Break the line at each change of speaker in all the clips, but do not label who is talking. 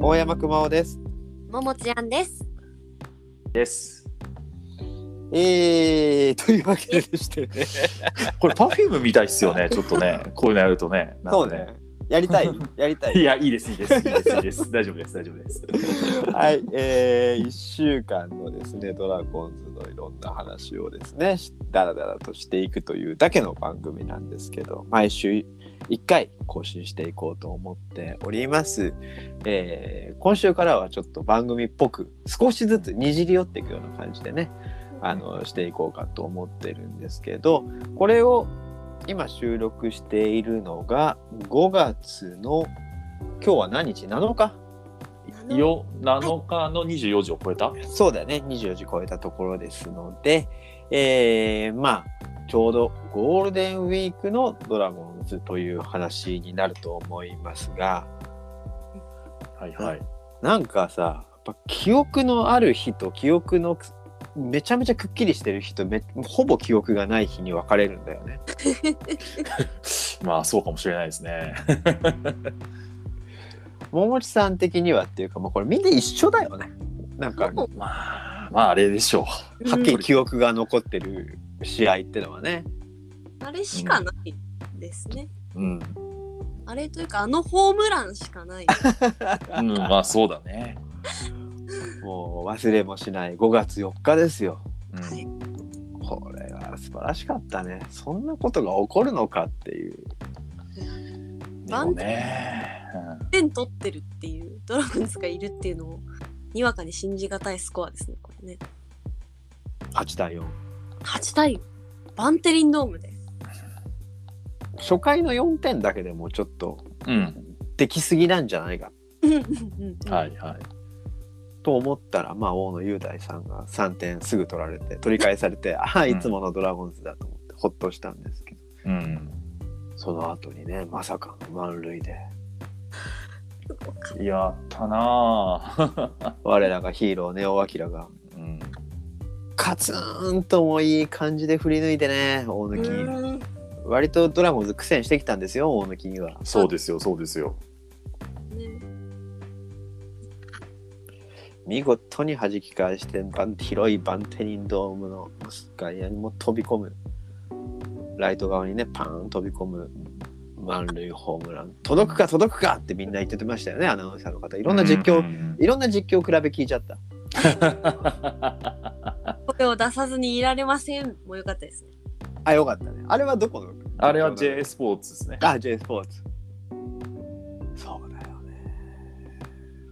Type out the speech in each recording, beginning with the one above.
大山くまおです。
ももちゃんです。
です。
えー、というわけでしてね。
これパフュームみたいっす よね。ちょっとね、こういうのやるとね。なんか
そうね。。やり たいやりたい
い。や、いいです、いい です、いいです、いいです。大丈夫です、大丈夫です。
はい、えー、1週間のですね、ドラゴンズのいろんな話をですね、しだらだらとしていくというだけの番組なんですけど、毎週1回更新していこうと思っております。えー今週からはちょっと番組っぽく、少しずつにじり寄っていくような感じでね、あの、していこうかと思ってるんですけど、これを今収録しているのが5月の、今日は何日 ?7 日
よ、7日の24時を超えた
そうだよね24時超えたところですので、えーまあちょうどゴールデンウィークのドラゴンズという話になると思いますが
はいはい。
なんかさやっぱ記憶のある日と記憶のめちゃめちゃくっきりしてる日とめほぼ記憶がない日に分かれるんだよね。
まあ、そうかもしれないですね。
桃地さん的にはっていうかもうこれみんな一緒だよね。なんかは
まあ、まあ、あれでしょ
っきり記憶が残ってる試合ってのはね。
あれしかないですね。
う。うん。
あれというか、あのホームランしかない。
うん、まあ、そうだね。
もう忘れもしない5月4日ですよ。
うん。
これは素晴らしかったね。そんなことが起こるのかっていう。
でもね。
点取ってるっていう、ドラゴンズがいるっていうのを、にわかに信じがたいスコアですね、これね。
8対4。
8対バンテリンドームで。
初回の4点だけでもちょっと
うん。
できすぎなんじゃないか
うんうんうん
はいはい。
と思ったら、まあ、大野雄大さんが3点すぐ取られて、取り返されて、ああ、いつものドラゴンズだと思ってほっとしたんですけど、
うん。
その後にね、まさかの満塁で、
やったなあ
我らがヒーロー、ネオ・アキラが、
うん。
カツーンともいい感じで振り抜いてね、大
う
貫。
ーん
割とドラゴンズ苦戦してきたんですよ、大貫には。
そうですよ、そうですよ。
ね
見事に弾き返してバン広いバンテリンドームの外野にも飛び込むライト側にねパーン飛び込む満塁ホームラン届くか届くかってみんな言ってましたよねアナウンサーの方い
い
ろんな実況、
況。
いろんな実況を比べ聞いちゃった
声を出さずにいられませんもうよかったですね。
あよかったねあれはどこの
あれは J スポーツですね。
あ J スポーツそうだよね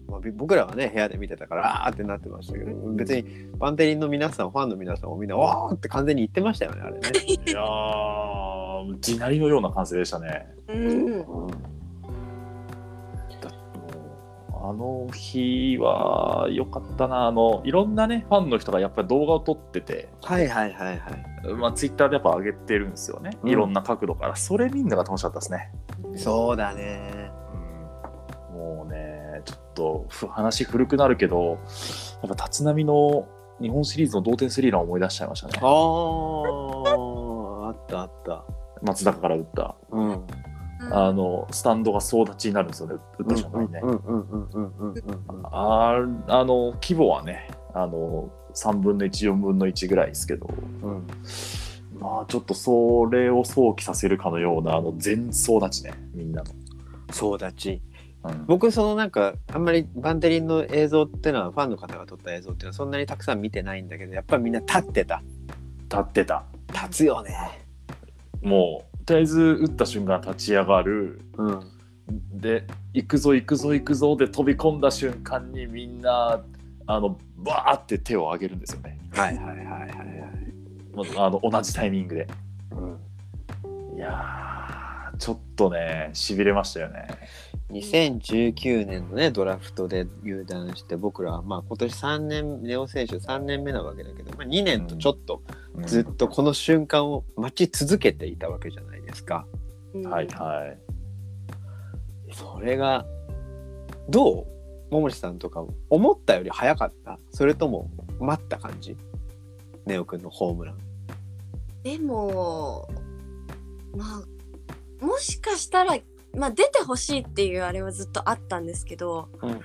まあび僕らはね部屋で見てたからあーってなってましたけど別にバンテリンの皆さんファンの皆さんもみんなわーって完全に言ってましたよねあれね
いやー、地鳴りのような感じでしたね。
うん。
だあの日は良かったなあのいろんなねファンの人がやっぱり動画を撮ってて、
はいはいはいはい。
まあ、ツイッターでやっぱ上げてるんですよね、
うん
いろんな角度からそれ見るのが楽しかったですね、
そうだね。
もうねちょっとふ話古くなるけどやっぱ立浪の日本シリーズの同点スリーランを思い出しちゃいましたね
ああ、あったあった。
松坂から打った
うん。
あのスタンドが総立ちになるんですよね打った瞬間にね、
うんうんうんうんうんうん。
ああの規模はねあの3分の14分の1ぐらいですけど
うん。
まあちょっとそれを想起させるかのようなあの前奏立ちねみんなの、
そうだち。
うん
僕そのなんかあんまりバンテリンの映像ってのはファンの方が撮った映像っていうのはそんなにたくさん見てないんだけど、やっぱりみんな立ってた。
立ってた
立つよね。
もうとりあえず打った瞬間立ち上がる
うん。
で行くぞ行くぞ行くぞで飛び込んだ瞬間にみんなあのバーって手を上げるんですよね、
はいはいはいはいはい。
まあ、あの同じタイミングで
うん。
いやーちょっとねしびれましたよね
2019年のねドラフトで入団して僕らはまあ今年3年ネオ選手3年目なわけだけど、まあ、2年とちょっと
うん
ずっとこの瞬間を待ち続けていたわけじゃないですか。
はいはい
それがどう桃地さんとか思ったより早かったそれとも待った感じネオくんのホームラン。
でもまあもしかしたら、まあ、出てほしいっていうあれはずっとあったんですけど
うん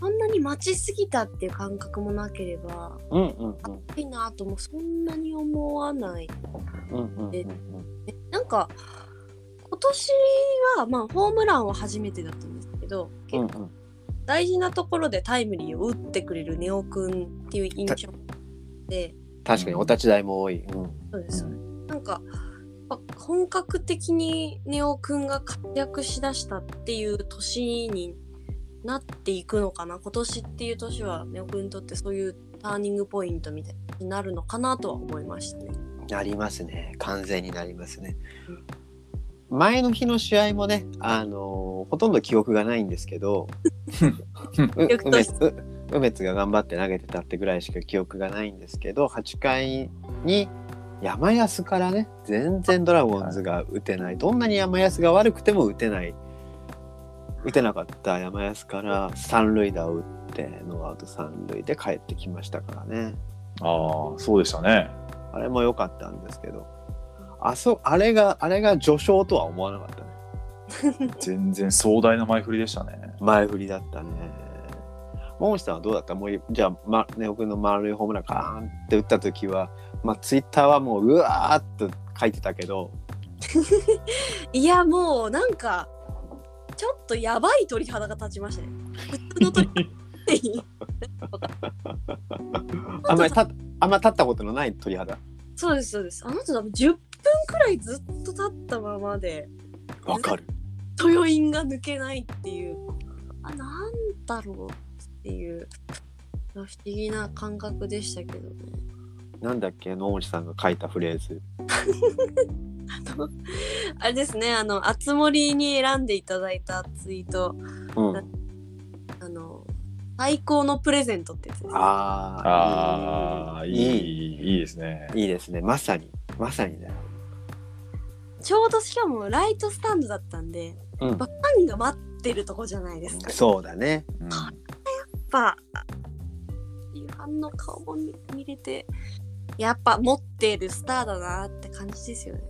そんなに待ちすぎたっていう感覚もなければ
うんうん
暑いなともそんなに思わない
うんうんうんうん
えねなんか今年はまあホームランは初めてだったんですけど、
うんうん
大事なところでタイムリーを打ってくれるネオくんっていう印象で
確かにお立ち台も多い、うん
そうです、なんかやっぱ本格的にネオくんが活躍しだしたっていう年になっていくのかな今年っていう年はネオくんにとってそういうターニングポイントみたいになるのかなとは思いましたね。
なりますね完全になりますね、前の日の試合もね、あのーほとんど記憶がないんですけどう
記憶と
梅
し
津う梅津が頑張って投げてたってぐらいしか記憶がないんですけど8回に山安からね全然ドラゴンズが打てないどんなに山安が悪くても打てない打てなかった山安から三塁打を打ってノーアウト三塁で帰ってきましたからね。
ああ、そうでしたね。
あれも良かったんですけど、あそあれがあれが序章とは思わなかったね。
全然壮大な前振りでしたね。
前振りだったね。桃地さんはどうだったもうじゃあ、ま、ね僕の丸いホームランカーンって打った時は、まあ、ツイッターはもううわーっと書いてたけど
いやもうなんかちょっとやばい鳥肌が立ちましたね。普通の鳥肌
あんまりたあんま立ったことのない鳥肌
そうですそうです。あの人多分10分くらいずっと立ったままで
わかる
豊印が抜けないっていうあなんだろうっていう不思議な感覚でしたけどね。
なんだっけ桃地さんが書いたフレーズ
あのあれですねあの熱盛に選んでいただいたツイート
うん
あの最高のプレゼントってやつですね。
あー
ああ、い
いい
い、いいですね。
いいですねまさにまさにだよ
ちょうどしかもライトスタンドだったんで、
うん
ファンが待ってるとこじゃないですか。
そうだね
うん
やっぱ夕飯の顔も見見れてやっぱ持ってるスターだなって感じですよね。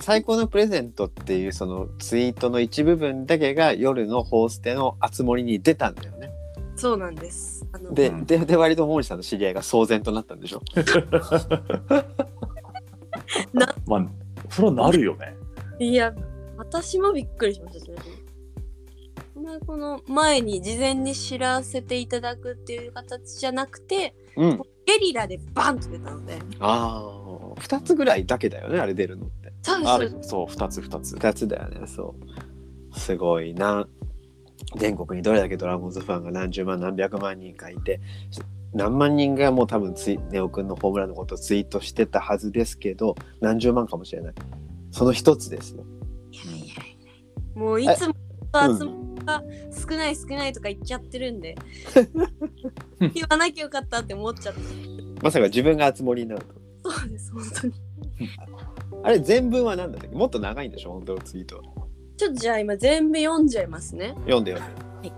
最高のプレゼントっていうそのツイートの一部分だけが夜のホーステの集まりに出たんだよね。
そうなんです。あの
で、
うん
でで割と桃地さんの知り合いが騒然となったんでしょ。
まあ、風呂なるよね。
いや私もびっくりしましたね。まあこの前に事前に知らせていただくっていう形じゃなくて
うん。
ゲリラでバンと出たので
ああ、二つぐらいだけだよねあれ出るのって。
そうですそ
あ
うで
れ
す、
そう、二つ二つ。
二つだよねそう。すごいな。全国にどれだけドラゴンズファンが何十万何百万人かいて何万人がもう多分ツイネオくんのホームランのことをツイートしてたはずですけど何十万かもしれないその一つですよ。
もういつもと集まりが少ない少ないとか言っちゃって るんで言わなきゃよかったって思っちゃって
まさか自分が集まりになると。
そうです本当に
あれ全文は何だったっけもっと長いんでしょ本当のツイートは。
ちょっとじゃあ今全部読んじゃいますね。
読んでよ。
えっ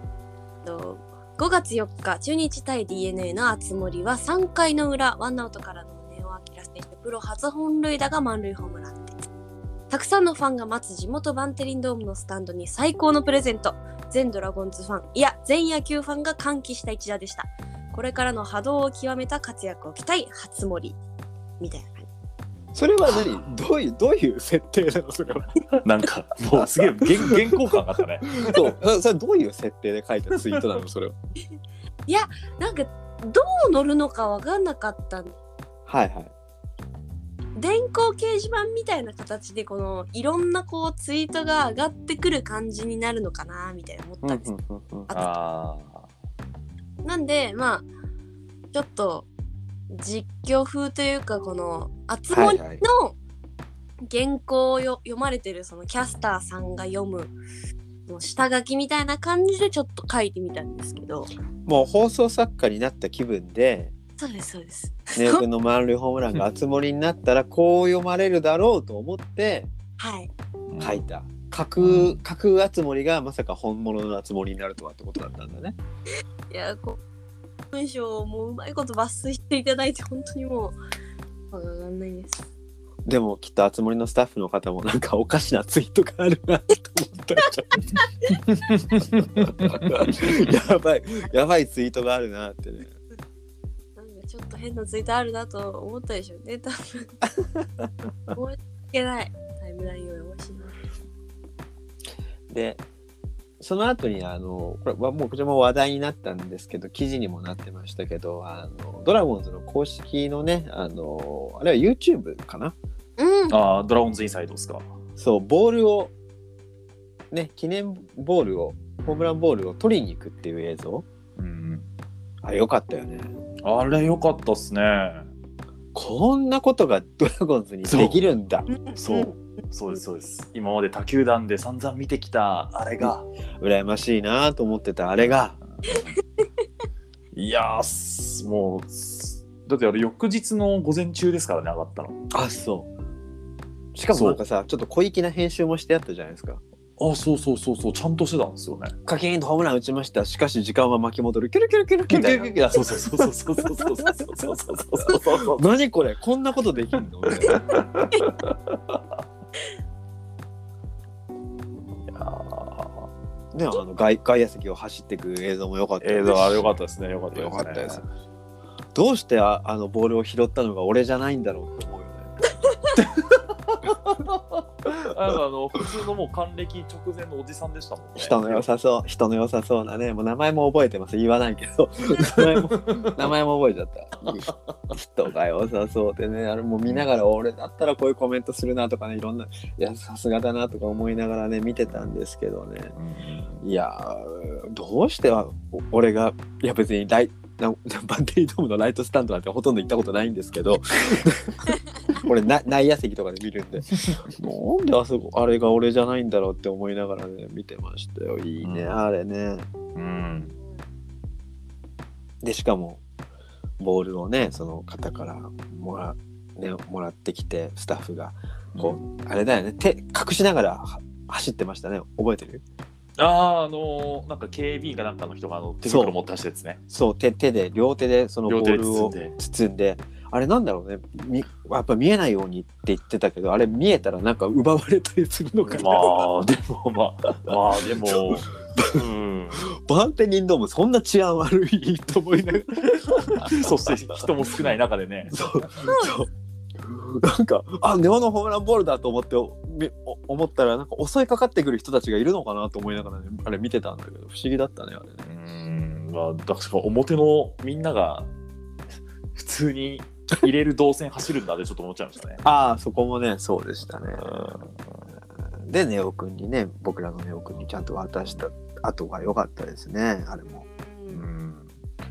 と5月4日、中日対 d n a の熱盛は3回の裏、ワンアウトからの根尾明選手、プロ初本塁打が満塁ホームランです。たくさんのファンが待つ地元バンテリンドームのスタンドに最高のプレゼント、全ドラゴンズファン、いや、全野球ファンが歓喜した一打でした。これからの波動を極めた活躍を期待、初盛みたいな感じ。
それは 何どういうどういう設定なのそれは。
なんか、もうすげえ、原原稿感があったね。
そう えそれどういう設定で書いたツイートなのそれは。
なんか、どう乗るのかわかんなかったんで
はいはい。
電光掲示板みたいな形でこのいろんなこうツイートが上がってくる感じになるのかなみたいな思ったんです、
ああ。
なんでまあちょっと実況風というかこの熱
は
盛
い
の
はい。
原稿をよ読まれてるそのキャスターさんが読むその下書きみたいな感じでちょっと書いてみたんですけど
もう放送作家になった気分で
そうですそうです
ネオ君の満塁ホームランが集まりになったらこう読まれるだろうと思って
はい
書いた。架空架空集まりがまさか本物の集まりになるとはってことだったんだね。
いやこう文章をもううまいこと抜粋していただいて本当にもう上がんないです
でもきっと熱森のスタッフの方もなんかおかしなツイートがあるなと思ったやばいやばいツイートがあるなってね
なんかちょっと変なツイートあるなと思ったでしょうね、多分。申し訳ない。タイムラインを用意しない。
でその後にあのこれはもうこちらも話題になったんですけど記事にもなってましたけどあのドラゴンズの公式のねあのあれは YouTube かな
うん。
ああ、ドラゴンズインサイドですか。
そうボールをね記念ボールをホームランボールを取りに行くっていう映像
うん。
あれよかったよね
あれ良かったっすね。
こんなことがドラゴンズにできるんだ
そう。そうです、そうです。今まで他球団で散々見てきたあれが。
羨ましいなと思ってたあれが
いやーす、もう、すだってあれ翌日の午前中ですからね、上がったの。
あそうしかもなんかさちょっと小粋な編集もしてあったじゃないですか
あそうそうそうそう、ちゃんとしてたんですよね。
カキーンとホームラン打ちましたしかし時間は巻き戻るキュルキュルキュルキュルキュルキュルキュル
そうそうそうそうそうそうそうそうそうそうそうそう。
何これこんなことできるのみたいない
やー
ねあの外外野席を走っていく映像も良かったですし
映像あれ良かったですね、良かったですね。
良かったですどうしてああのボールを拾ったのが俺じゃないんだろうって思うよね
あのあの普通のもう還暦直前のおじさんでしたもんね。
人の良さそう人の良さそうなねもう名前も覚えてます言わないけど名前も名前も覚えちゃった人が良さそうでねあれもう見ながら俺だったらこういうコメントするなとかねいろんないやさすがだなとか思いながらね見てたんですけどね
うん
いやーどうしてはお俺がいや別にライなバンテリードームのライトスタンドなんてほとんど行ったことないんですけ ど俺な内野席とかで見るんでなんであそこあれが俺じゃないんだろうって思いながらね見てましたよいいね、
うん
あれね
うん。
でしかもボールをねその方からもら,、ね、もらってきてスタッフがこう、あれだよね手隠しながらは走ってましたね覚えてる
ああ、あのーなんか警備員かなんかの人があの手袋持って走ってですね。
そう手手で両手でそのボ
両手
ー
で
ル
包ん
を
で。
包んであれなんだろうねみやっぱ見えないようにって言ってたけどあれ見えたらなんか奪われたりするのかな、
まあでもまあまあでも。うん、
バンテリンドームそんな治安悪いと思いながら
そして人も少ない中でね。
そうそうなんかあ根尾のホームランボールだと思っておみお思ったらなんか襲いかかってくる人たちがいるのかなと思いながら、ね、あれ見てたんだけど不思議だったねあれね
うんまあ、だから表のみんなが普通に入れる動線走るんだ でちょっと思っちゃいましたね。
ああそこもねそうでしたねでネオくんにね僕らのネオくんにちゃんと渡した後が良かったですねあれも
うん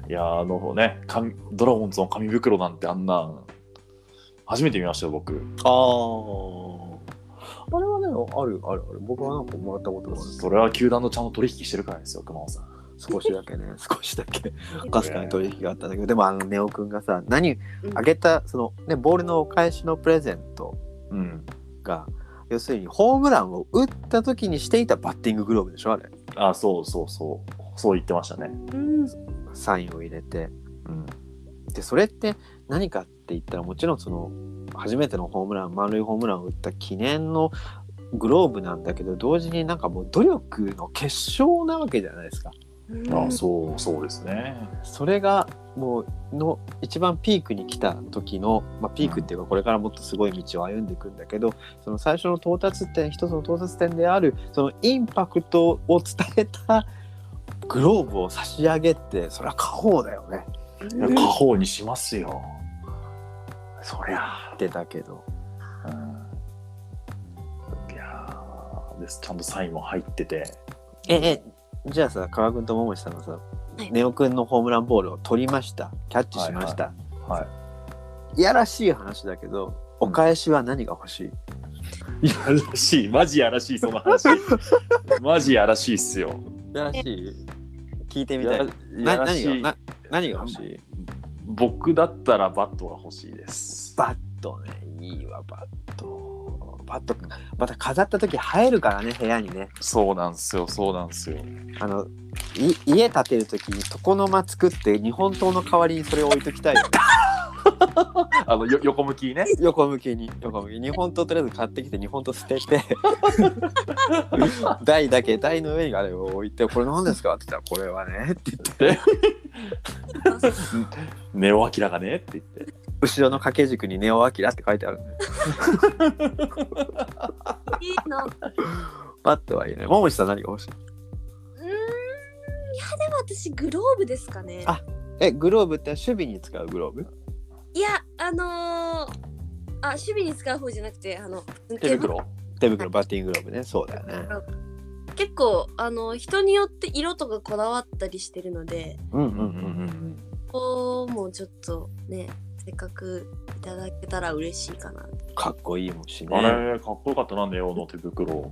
いやーあのね紙ドラゴンズの紙袋なんてあんな初めて見ましたよ僕
あああれはねあるあるある僕はなんかもらったことがある
それは球団のちゃんと取引してるからですよ熊本さん
少しだけね 少しだけかすかに取引があったんだけどでもあのネオくんがさ何
うん
あげたその、ね、ボールのお返しのプレゼント
うん
が要するにホームランを打った時にしていたバッティンググローブでしょあれ
あそうそうそうそう言ってましたね
うん。
サインを入れて
うん
でそれって何かって言ったらもちろんその初めてのホームラン満塁ホームランを打った記念のグローブなんだけど同時になんかもう努力の結晶なわけじゃないですか
うん
あそうそうですね
それがもうの一番ピークに来た時の、まあ、ピークっていうかこれからもっとすごい道を歩んでいくんだけどその最初の到達点一つの到達点であるそのインパクトを伝えたグローブを差し上げってそれは家宝だよね
いや過方にしますよそりゃ
ってだけど
うんいやーですちゃんとサインも入ってて
ええじゃあさ加賀君と桃地さんがさ、
い
ネオ君のホームランボールを取りましたキャッチしました、
はい
いやらしい話だけどお返しは何が欲しい、
いやらしいマジやらしいその 話マジやらしいっすよ
いやらしい聞いてみた
や
い
や
な
ら
何
しい
がな何が欲しい
僕だったらバットが欲しいです。
バットね、いいわ、バット。バット、また飾った時映えるからね、部屋にね。
そうなんすよ、そうなんすよ。
あの、 い家建てる時に床の間作って、日本刀の代わりにそれを置いときたいよね。
あのよ横向きにね。
横向きに横向きに2本ととりあえず買ってきて2本と捨てて 台だけ台の上にあれを置いて「これ何ですか?」って言ったら「これはね」って言って
ネオアキラがねって言って。
後ろの掛け軸に「ネオアキラ」って書いてあるね
いいな。う
パッとはいいね桃地さん何が欲しい
ーん。いやでも私グローブですかね。
あえグローブって守備に使うグローブ
いやあのー、あ守備に使う方じゃなくてあの
手袋
手袋バッティンググローブねそうだよね
結構あの人によって色とかこだわったりしてるので
うんうん
ん
こうもうちょっとねせっかくいただけたら嬉しいかな
うんかっこいいもんし
あ
ね
れ、かっこよかったな、ネオの手袋。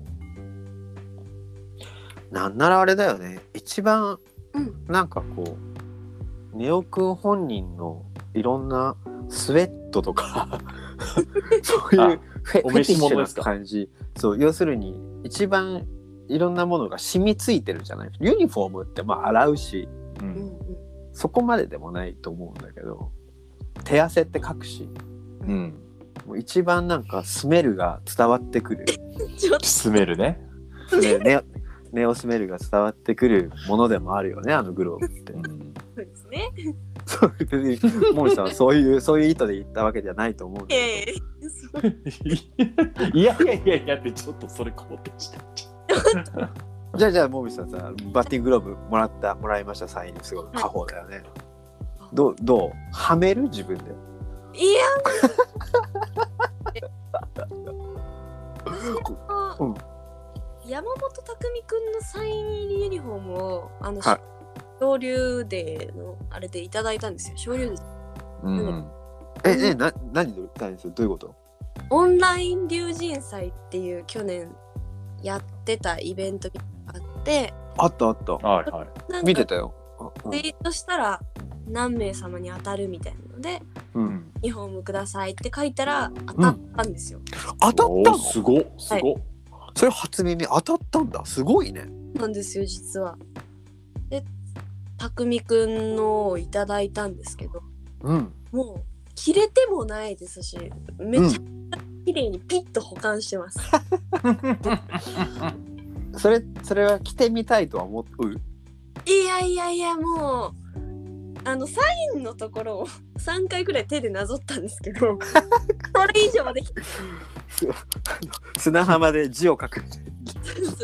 なんならあれだよね一番
うん
なんかこうネオくん本人のいろんなスウェットと かそういうフェ
お
フェ
召
ティ
し
ッシュ
物で
な
すか
感じそう要するに一番いろんなものが染みついてるじゃないユニフォームってまあ洗うし
う。
うんん
そこまででもないと思うんだけど手汗って書くし
うん。
もう一番なんかスメルが伝わってくる
うんちょっ
進めるね。
ねネオネオスメルが伝わってくるものでもあるよねあのグローブって
う。ん。
とですね
そう別にモミさんはそういうそういう意図で言ったわけじゃないと思うんだ
え
け
え
いやいやいやいやって、ちょっとそれ肯定して。
どじゃあじゃあモミさんさバッティンググローブもらったもらいましたサインにすごい過保だよねどうどうはめる自分で
いや
こ
もう
うん
山本匠くんのサイン入りユニフォームをあの、
はい
昇竜デーのあれでいただいたんですよ昇竜デー
うん。
ええな何で何でするどういうこと
オンライン龍神祭っていう去年やってたイベントがあって
あったあった
はいはい。
なん
見て
か
たよあ
ツイートしたら何名様に当たるみたいなので
うん
う
うん
ん。
「ユニフォームください」って書いたら当たったんですよ。
当たった
おー
の
すごっすごっ。
それ初耳当たったんだすごいね
なんですよ実は。で匠くんのをいただいたんですけど
うん
もう切れてもないですしめちゃくちゃ綺麗にピッと保管してます。
それそれは着てみたいとは思う
いやいやいやもうあのサインのところを 3回くらい手でなぞったんですけ どそれ以上まで来て
砂浜で字を書く
る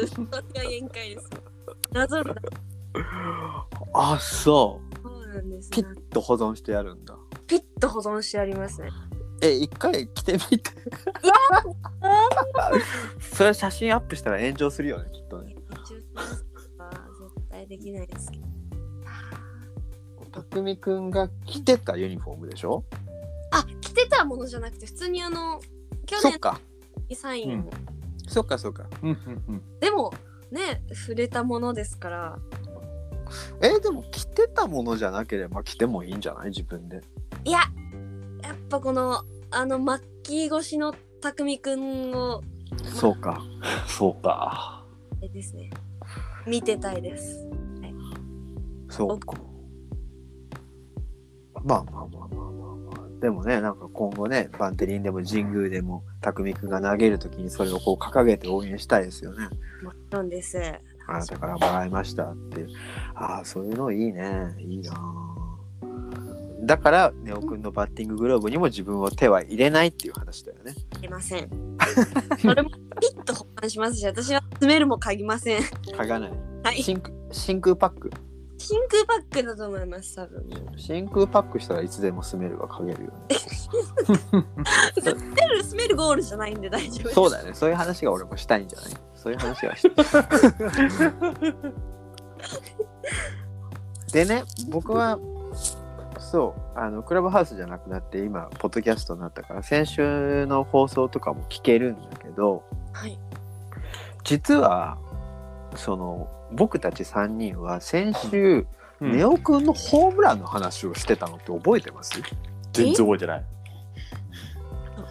それが限界ですなぞるだ
あそう
そうなんです
ピ
ね
ッと保存してやるんだ
ピッと保存してありますね
え一回着てみて
いや
それ写真アップしたら炎上するよねきっとね
絶対できないですけど
匠くんが着てたユニフォームでしょ
あ着てたものじゃなくて普通にあの去
そっ
年
か
にサインを、
そっかそっか
うんうんうん。
でもね触れたものですから
えでも着てたものじゃなければ着てもいいんじゃない自分で
いややっぱこのあのマッキー越しの匠くんを
そうか
そう
あ
か。
れですね。見てたいです。
そうかまあまあまあまあまあまあでもねなんか今後ねバンテリンでも神宮でも匠くんが投げるときにそれをこう掲げて応援したいですよね
もちろんです。
あなたからもらいましたっていうああそういうのいいねいいなあだからネオくんのバッティンググローブにも自分を手は入れないっていう話だよね
い ません。それもピッと保管しますし、私は詰めるも嗅ぎません。
嗅がない
はい。
真空真空パック
真空パックだと思います、多分。
真空パックしたらいつでも住めるは嗅げるよね
詰める、詰めるゴールじゃないんで大丈夫です。
そうだよねそういう話が俺もしたいんじゃないそういう話はしたい でね僕はそうあのクラブハウスじゃなくなって今ポッドキャストになったから先週の放送とかも聞けるんだけど、
はい。
実はその僕たち3人は先週、ネ
オ
オくんのホームランの話をしてたのって覚えてます
全然覚えてない。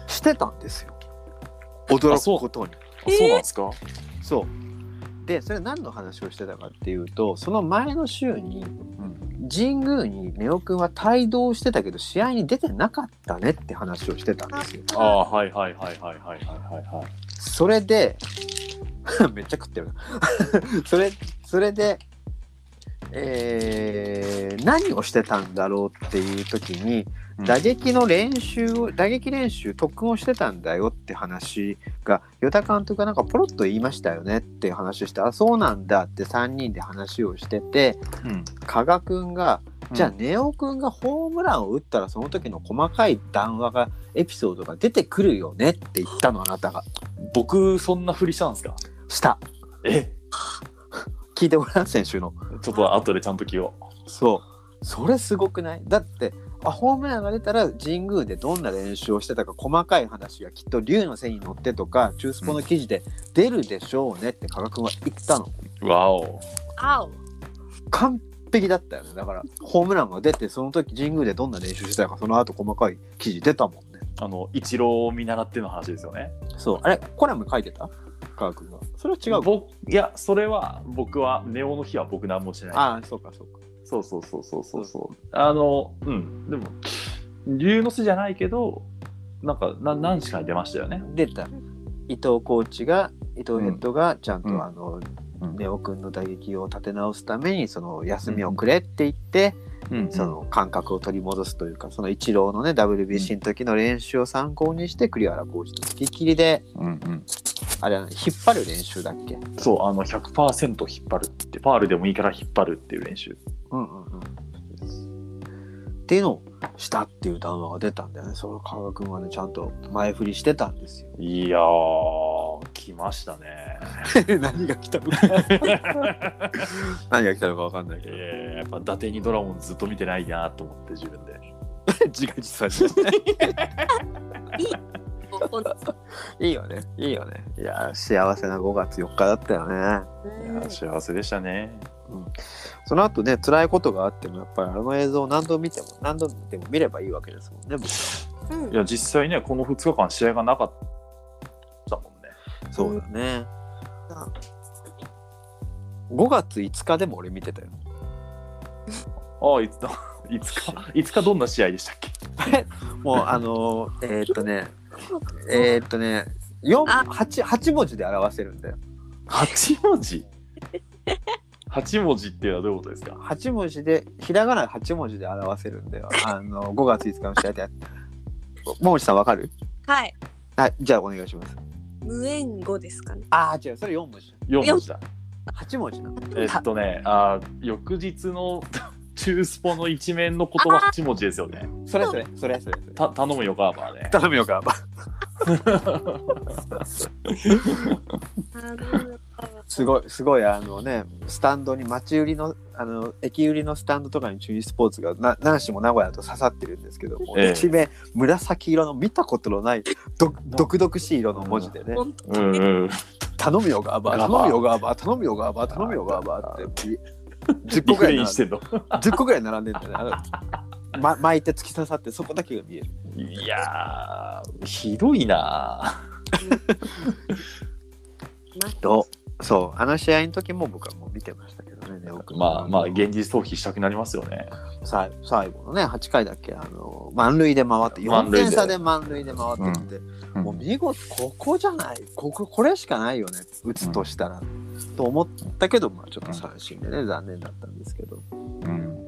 してたんですよ驚くことに
あそうなんですか
そうでそれ何の話をしてたかっていうとその前の週に
うん。
神宮に根尾君は帯同してたけど試合に出てなかったねって話をしてたんですよ。
ああ、はいはいはいはいはいはいはい。
それで めっちゃ食ってるな それそれで、えー何をしてたんだろうっていう時に
うん
打撃の練習を打撃練習特訓をしてたんだよって話が与田監督がなんかポロッと言いましたよねっていう話をしてあそうなんだって3人で話をしてて
うん。
加賀君がじゃあネオ君がホームランを打ったらその時の細かい談話がエピソードが出てくるよねって言ったのあなたが
僕、そんなふりしたんですか
した
え
聞いてごらん先週の
ちょっと後でちゃんと聞よ
そうそれすごくないだってあホームランが出たら神宮でどんな練習をしてたか細かい話がきっと竜の背に乗ってとか中スポの記事で出るでしょうねって加賀君は言ったの
う。わお。
青
完璧だったよねだからホームランが出てその時神宮でどんな練習してたかその後細かい記事出たもんね
あの、一郎を見習っての話ですよね。
そうあれコラム書いてた加賀君がそれは違うか
僕いや、それは、僕は、ネオの日は僕何もしてない。
ああそうかそうか
そうそうそうそうそうそう。あの、うん。でも、龍之巣じゃないけど、なんか、な何しかに出ましたよね。
出た伊藤コーチが伊藤ヘッドがちゃんと、
うん
あの
うん
ネオ君の打撃を立て直すためにその休みをくれって言って、
うん
その感覚を取り戻すというかそのイチローのね WBC の時の練習を参考にして栗原コーチと付きっきりで
うんうん、
あれは引っ張る練習だっけ
そう、あの、100%引っ張るって、ファールでもいいから引っ張るっていう練習。
うんうんうんっていうのをしたっていう談話が出たんだよねその川君はねちゃんと前振りしてたんですよ
いやー、来ましたね。
何が来たの 何が来たのか分かんないけど
えーやっぱ伊達にドラゴンずっと見てないなと思って自分で。
自画自賛して
今度
いいよねいいよねいやー幸せな5月4日だったよね
いやー幸せでしたね。
その後ね辛いことがあってもやっぱりあの映像を何度見ても何度見ても見ればいいわけですもんね僕
うん
いや実際ねこの2日間試合がなかったもんね。
そうだね、5月5日でも俺見てたよ
ああいつだ いつかいつかどんな試合でしたっけ？
もうあのー、 えーっとねえーっとね四
あ
八八文字で表せるんだよ
八文字。 八文字っていうのはどういうことですか？
八文字でひらがな八文字で表せるんだよあの5月5日の試合で桃地さんわかる
はい
あじゃあお願いします
無縁語ですか ね
あー違うそれ4文字
四文字だ。
8文字なの
えっとねあー翌日の 中スポの一面の言葉八文字ですよね。
それそれそれそれそれ
た頼むよガーバーね。
頼むよか
あの
すごいすごいあのねスタンドに町売りのあの駅売りのスタンドとかに中日スポーツがな何しも名古屋だと刺さってるんですけども、
ええ
一面紫色の見たことのないど独々しい色の文字でね
本当
うんうん。
「頼むよガーバー
ガ
頼
ーバー
むよガーバー頼むよガーバー頼むよガーバー」って び10
リ
個ぐ
フ
ら
レ
い
イン
並
してんの。
ん10個ぐらい並んでんだよねあの、ま、巻いて突き刺さってそこだけが見える
いやーひどいな
とそうあの試合の時も僕はもう見てましたけどねね奥
ー。
の
まあまあ現実逃避したくなりますよね。
さい最後のね8回だっけあの満塁で回って
満
4
塁で
点差で満塁で回ってって、もう見事ここじゃないこここれしかないよね打つとしたら、と思ったけど、まあ、ちょっと三振でね残念だったんですけど
うん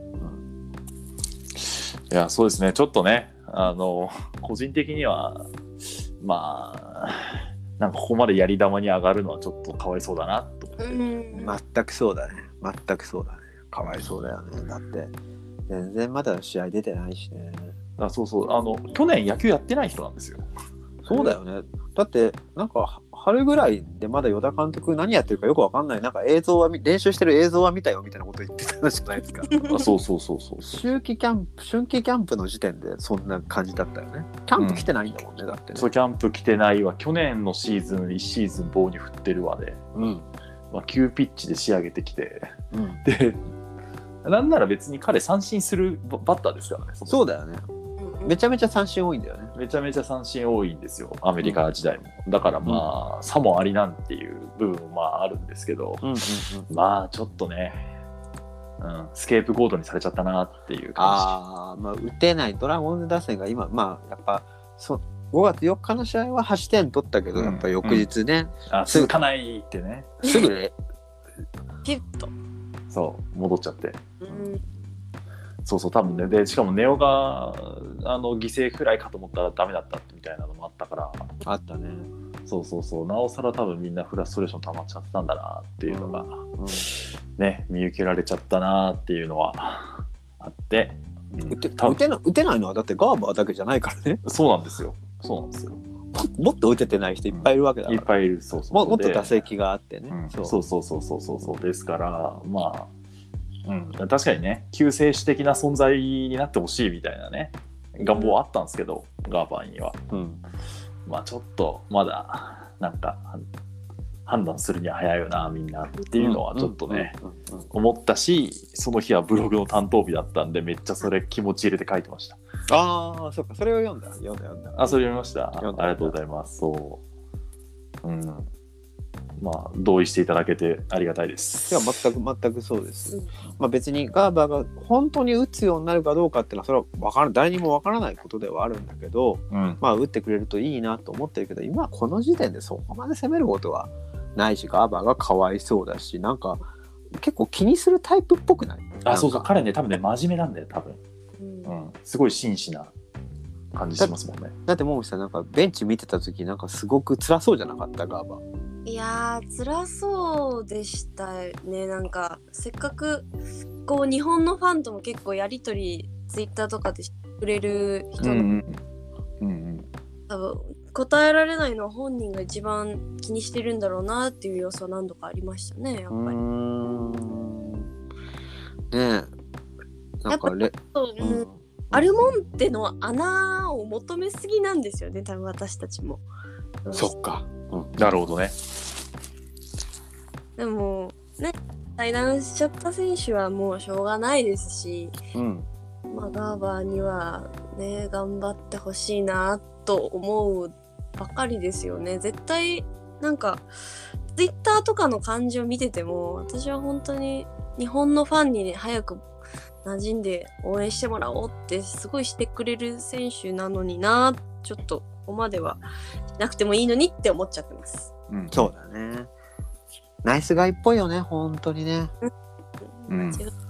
いやそうですねちょっとねあの個人的にはまあなんかここまでやり玉に上がるのはちょっとかわいそうだなと思って
うん
全くそうだね全くそうだねかわいそうだよねだって全然まだ試合出てないしね
あそうそうあの去年野球やってない人なんですよ
そうだよねだってなんかは春ぐらいでまだ与田監督何やってるかよくわかんないなんか映像は見練習してる映像は見たよみたいなこと言ってたじゃないですか
あそうそうそうそうそう
秋季キャンプ春季キャンプの時点でそんな感じだったよねキャンプ来てないんだもんね、だってね
そうキャンプ来てないは去年のシーズン1シーズン棒に振ってるわで、
うん
まあ、急ピッチで仕上げてきて
うん
でなんなら別に彼三振するババッターですからねその
そうだよね
うん
めちゃめちゃ三振多いんだよね
めちゃめちゃ三振多いんですよ、アメリカ時代も。だからまあ、さもありなんていう部分もまああるんですけど、
うんうん
まあちょっとね、うん、スケープゴートにされちゃったなっていう感
ああ、まあ、打てないドラゴンズ打線が今、まあ、やっぱそ5月4日の試合は8点取ったけど、
うん
やっぱ翌日ね、
じあ続かないってね
すぐね、
ピュッと。
そう戻っちゃって
うん。
そうそう多分ねでしかもネオがあの犠牲フライかと思ったらダメだったみたいなのもあったから
あったね。
そうそうそうなおさら多分みんなフラストレーション溜まっちゃってたんだなっていうのが、
うん
ね見受けられちゃったなっていうのはあって、うん
打て
多分
打てな打てないのはだってガーバーだけじゃないからね
そうなんですよそうなんですよ
もっと打ててない人いっぱいいるわけだか
いっ
ら、
ぱいいるそうそう
ももっと
で
打席があってね、
うん、
そ
そううそうそうそうそうそうですからまあ、うん、確かにね救世主的な存在になってほしいみたいなね願望はあったんですけど、ガーバーには
うん
まあちょっとまだなんか判断するには早いよなみんなっていうのはちょっとね、
うんうんうんうん
思ったしその日はブログの担当日だったんでめっちゃそれ気持ち入れて書いてました
ああそっかそれを読んだ読んだ読んだ
あそれ読みましたあ
読ん
り
だ
がとうございますそううんまあ同意していただけてありがたいです
いや全く全くそうです、
うん
まあ、別にガーバーが本当に打つようになるかどうかっていうのはそれは分からん誰にも分からないことではあるんだけど、
うん
まあ、打ってくれるといいなと思ってるけど今はこの時点でそこまで攻めることはないしガーバーがかわいそうだしなんか結構気にするタイプっぽくない
あそう
な
そ
ん
う彼ね多分ね真面目なんだよ多分、
うん
うん、すごい真摯な感じしますもんね
だってももさんなんかベンチ見てた時なんかすごく辛そうじゃなかったガーバー
いやー辛そうでしたねなんかせっかくこう日本のファンとも結構やり取りツイッターとかでしてくれる人の、
うんうん
多分答えられないのは本人が一番気にしてるんだろうなっていう様子は何度かありましたねやっぱり。
ねえなんかレ
そう
うん
うんアルモンテの穴を求めすぎなんですよね多分私たちも。
そっか
なるほどね
でもね対談しちゃった選手はもうしょうがないですし。
うん
まあ、ガーバーにはね頑張ってほしいなと思うばかりですよね絶対なんかツイッターとかの感じを見てても私は本当に日本のファンに、ね、早く馴染んで応援してもらおうってすごいしてくれる選手なのになちょっとここまではしなくてもいいのにって思っちゃってます。
うん
そうだねナイスガイっぽいよね本当にね
うん
違います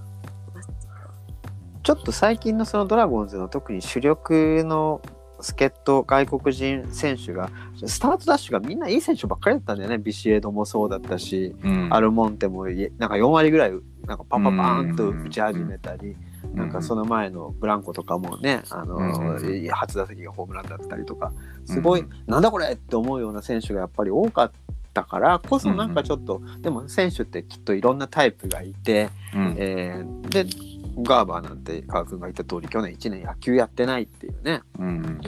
ちょっと最近のそのドラゴンズの特に主力の助っ人外国人選手がスタートダッシュがみんないい選手ばっかりだったんだよねビシエドもそうだったし
うん
アルモンテもいなんか4割ぐらいなんかパンパンパーンと打ち始めたり、
うん
なんかその前のブランコとかもね、あの
うん
いい初打席がホームランだったりとかすごい、
うん
なんだこれって思うような選手がやっぱり多かったからこそなんかちょっと、でも選手ってきっといろんなタイプがいて、
うん
えーでガーバーなんて川君が言った通り去年1年野球やってないっていうね
うん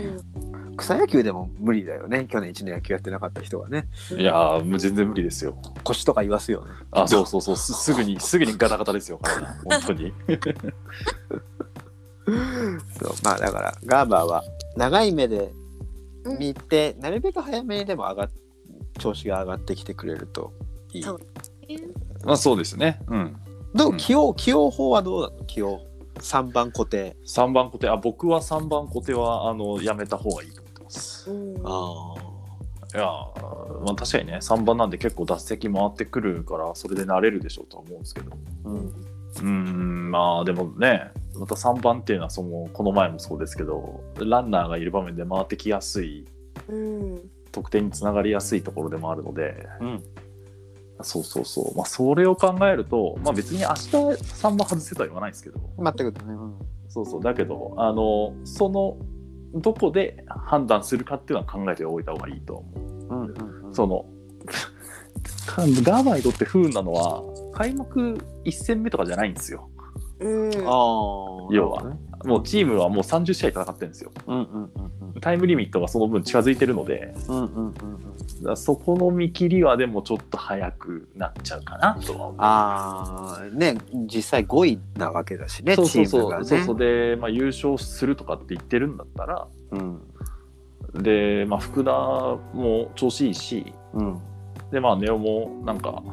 草野球でも無理だよね去年1年野球やってなかった人はね
いやーもう全然無理ですよ
腰とか言わすよね。
あそうそうそうす すぐにすぐにガタガタですよ体本当に
そうまあだからガーバーは長い目で
うん
見て、なるべく早めにでも上がっ調子が上がってきてくれるといい
そう
まあそうですねうん
ど
う
うん起用起用法はどうなの起用3番固定
3番小手あ僕は3番小手はあのやめた方がいいと思ってます
うん
あ
いやー、まあ、確かにね3番なんで結構脱席回ってくるからそれで慣れるでしょうとは思うんですけど
ー、うん、
うーんまあでもねまた3番っていうのはそのこの前もそうですけどランナーがいる場面で回ってきやすい
うん
得点につながりやすいところでもあるので
うん
そうそうそうまあそれを考えるとまあ別に明日3番外せとは言わないですけど
全くね、うん
そうそうだけどあのそのどこで判断するかっていうのは考えておいた方がいいと思う。
うんうんうん、
その ガーバーにとって不運なのは開幕1戦目とかじゃないんですよ。
うん
あー
要は
なるほどね
もうチームはもう30試合戦ってるんですよ。
うんうんうん
タイムリミットがその分近づいてるので、
うんうんうんうん
だからそこの見切りはでもちょっと早くなっちゃうかなとは思う。
あーね実際5位なわけだしね
そうそう
チーム
そ
が
う,、
ね
そうそうで、まあ、優勝するとかって言ってるんだったら
うん
で、まあ、福田も調子いいし
うん
でまあネオもなんか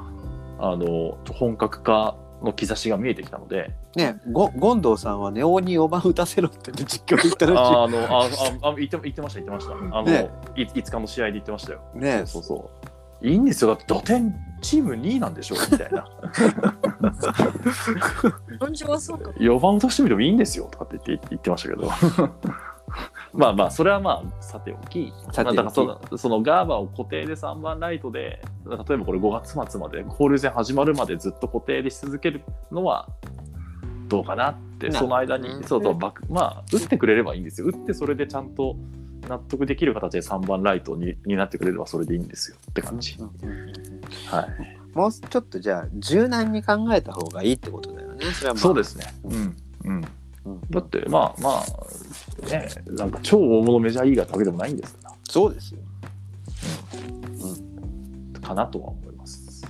あの本格化の兆しが見えてきたので、
ねゴゴンドウさんはネオに4番打たせろって実況で言ったらし
ああのあああ言って言ってました言ってました。あの、
ね
い5日の試合で言ってましたよ。
いね
そうそう。いいんですよ。だって打点チーム2位なんでしょみたいな。
感情はそうかも。
4番打たしてみてもいいんですよとかって言って言ってましたけど。まあまあそれはまあさておき
さておき
まあだからそのそのガーバーを固定で3番ライトで例えばこれ5月末まで交流戦始まるまでずっと固定でし続けるのはどうかなって
な
その間に
うん
そうそうバックまあ打ってくれればいいんですよ打ってそれでちゃんと納得できる形で3番ライトにになってくれればそれでいいんですよって感じ、はい、
もうちょっとじゃあ柔軟に考えた方がいいってことだよねそれはまあ
そうですねうん、うん、だってまあまあねなんか超大物メジャーリーガーってわけでもないんですか
そうですよ
らかなとは思います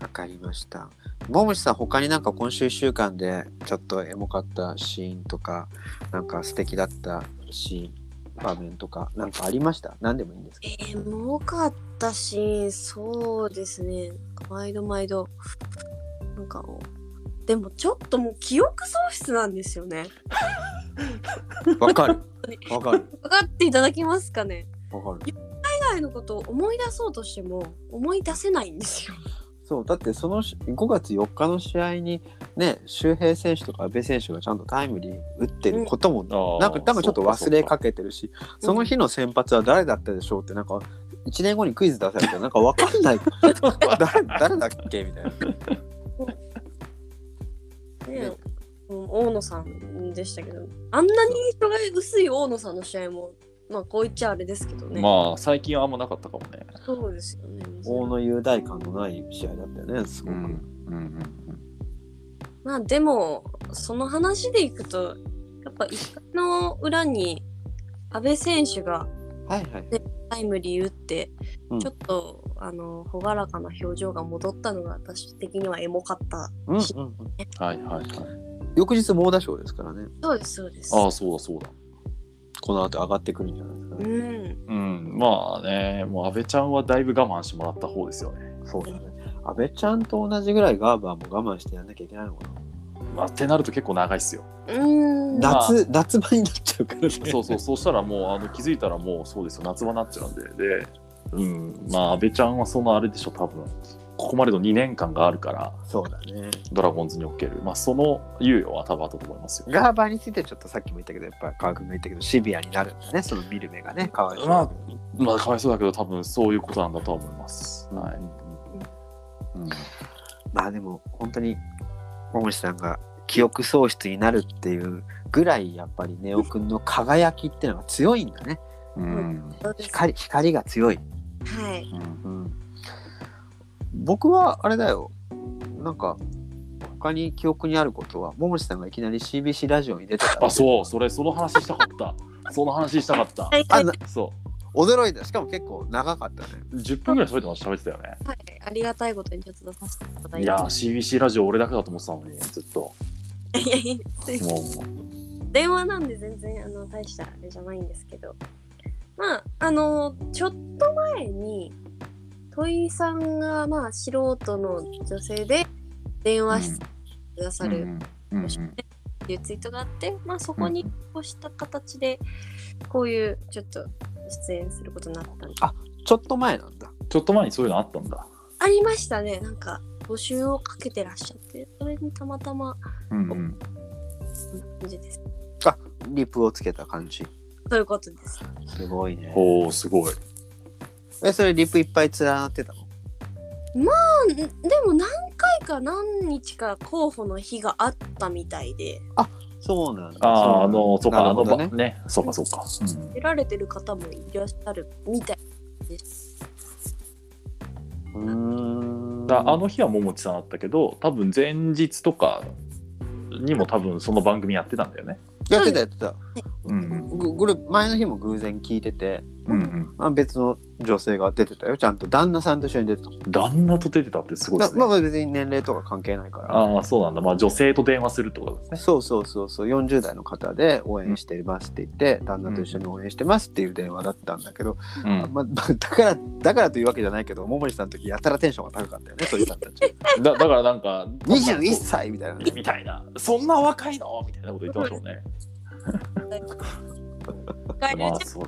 わかりましたももちさん他になんか今週1週間でちょっとエモかったシーンとかなんか素敵だったシーン場面とかなんかありました何でもいいんですけ
えー、もうかったし、そうですね。毎度毎度。なんかもう、でもちょっともう記憶喪失なんですよね。
どわかるわかる
分かっていただけますかね。
わかる
海外のことを思い出そうとしても思い出せないんですよ。
そうだってそのし5月4日の試合にね周平選手とか阿部選手がちゃんとタイムリー打ってることもなんか多分ちょっと忘れかけてるし
う
その日の先発は誰だったでしょうってなんか1年後にクイズ出されてなんか分かんない誰誰だっけみたいな
ねうん大野さんでしたけど、あんなに印象が薄い大野さんの試合も、まあこう言っちゃあれですけどね。
まあ最近はあんまなかったかもね
そうですよね。
大野雄大感のない試合だったよねすごく、
まあでもその話でいくとやっぱ1回の裏に阿部選手が
はいはい
タイムリー打って、
うん
ちょっとあの朗らかな表情が戻ったのが私的にはエモかった
うんうんうん
はいはいはい
翌日猛打賞ですからね
そうですそうです
ああそうだそうだ
この後上がってくるんじゃないですか
う
ね、
ん
うんまあねもう安倍ちゃんはだいぶ我慢してもらった方ですよね
そうだね阿部ちゃんと同じぐらいガーバーも我慢してやんなきゃいけないのかな
まあってなると結構長いっ すよ
うん
だ
夏夏場になっちゃうからね
そうそう、そうしたらもうあの気づいたらもうそうですよ、夏場になっちゃうんで、で、うん、まあ、安倍ちゃんはそのあれでしょ、多分ここまでの2年間があるから、
そうだね
ドラゴンズにおける、まあ、その猶予は多分あったと思いますよ。
ガーバーについてちょっとさっきも言ったけどやっぱり川君も言ったけどシビアになるんだねその見る目がねかわいそう
まあ、まあ、かわいそうだけど、多分そういうことなんだとは思います。はい。うん、
まあでも本当に桃地さんが記憶喪失になるっていうぐらいやっぱりネオくんの輝きっていうのが強いんだね
うん
そうです
光光が強い、
はい
うん
僕はあれだよなんか他に記憶にあることは桃地さんがいきなり CBC ラジオに出てた
あ、そう、それ、その話したか った。その話したかった。
はい
あな
そ
驚いたしかも結構長かったね
う、10分ぐらい喋ってました、喋ってたよね。
はいありがたいことにちょっと出させていただい
い
て
やー、CBC ラジオ、俺だけだと思ってたのに、ずっと。
いやいやすいません
もう、
電話なんで全然あの大したあれじゃないんですけどまああのちょっと前に戸井さんがまあ素人の女性で電話してくださ
う
る
んうんうん
っていうツイートがあって、まあそこにこうした形でこういうちょっと出演することになったんで
あちょっと前なんだ
ちょっと前にそういうのあったんだ。
ありましたねなんか募集をかけてらっしゃってそれにたまたま
うんうん、
そんな感じです
リプをつけた感じ
そういうことです
すごいね
おおすごい。
えそれリプいっぱい連なってたの
うんでも何回か何日か候補の日があったみたいで
そうなんだ
あ
なん
あ
だ
あのそう
な
か、
る
あ
ほ
の
ど
ば
ね
ねそうかそうか。
出られてる方もいらっしゃるみたいです。
うーん
だあの日は桃地さんだったけど多分前日とかにも多分その番組やってたんだよね。
やってたやってた
うん
ごこれ前の日も偶然聞いてて、
うん
あ、別の女性が出てたよちゃんと旦那さんと一緒に出てた、
うん、旦那と出てたってすごいで
だ
すね。
まあ別に年齢とか関係ないから
ああ、そうなんだ。まあ女性と電話するってことですね。
そうそうそうそう40代の方で応援してますって言って、旦那と一緒に応援してますっていう電話だったんだけど、
うん、
まあまあ、だからだからというわけじゃないけど桃地さんの時やたらテンションが高かったよねそういう方た ち
だだからなんか、
21歳みたいな
みたいな、そんな若いのみたいなこと言ってましたもんね。
使える
まあ
じ
それ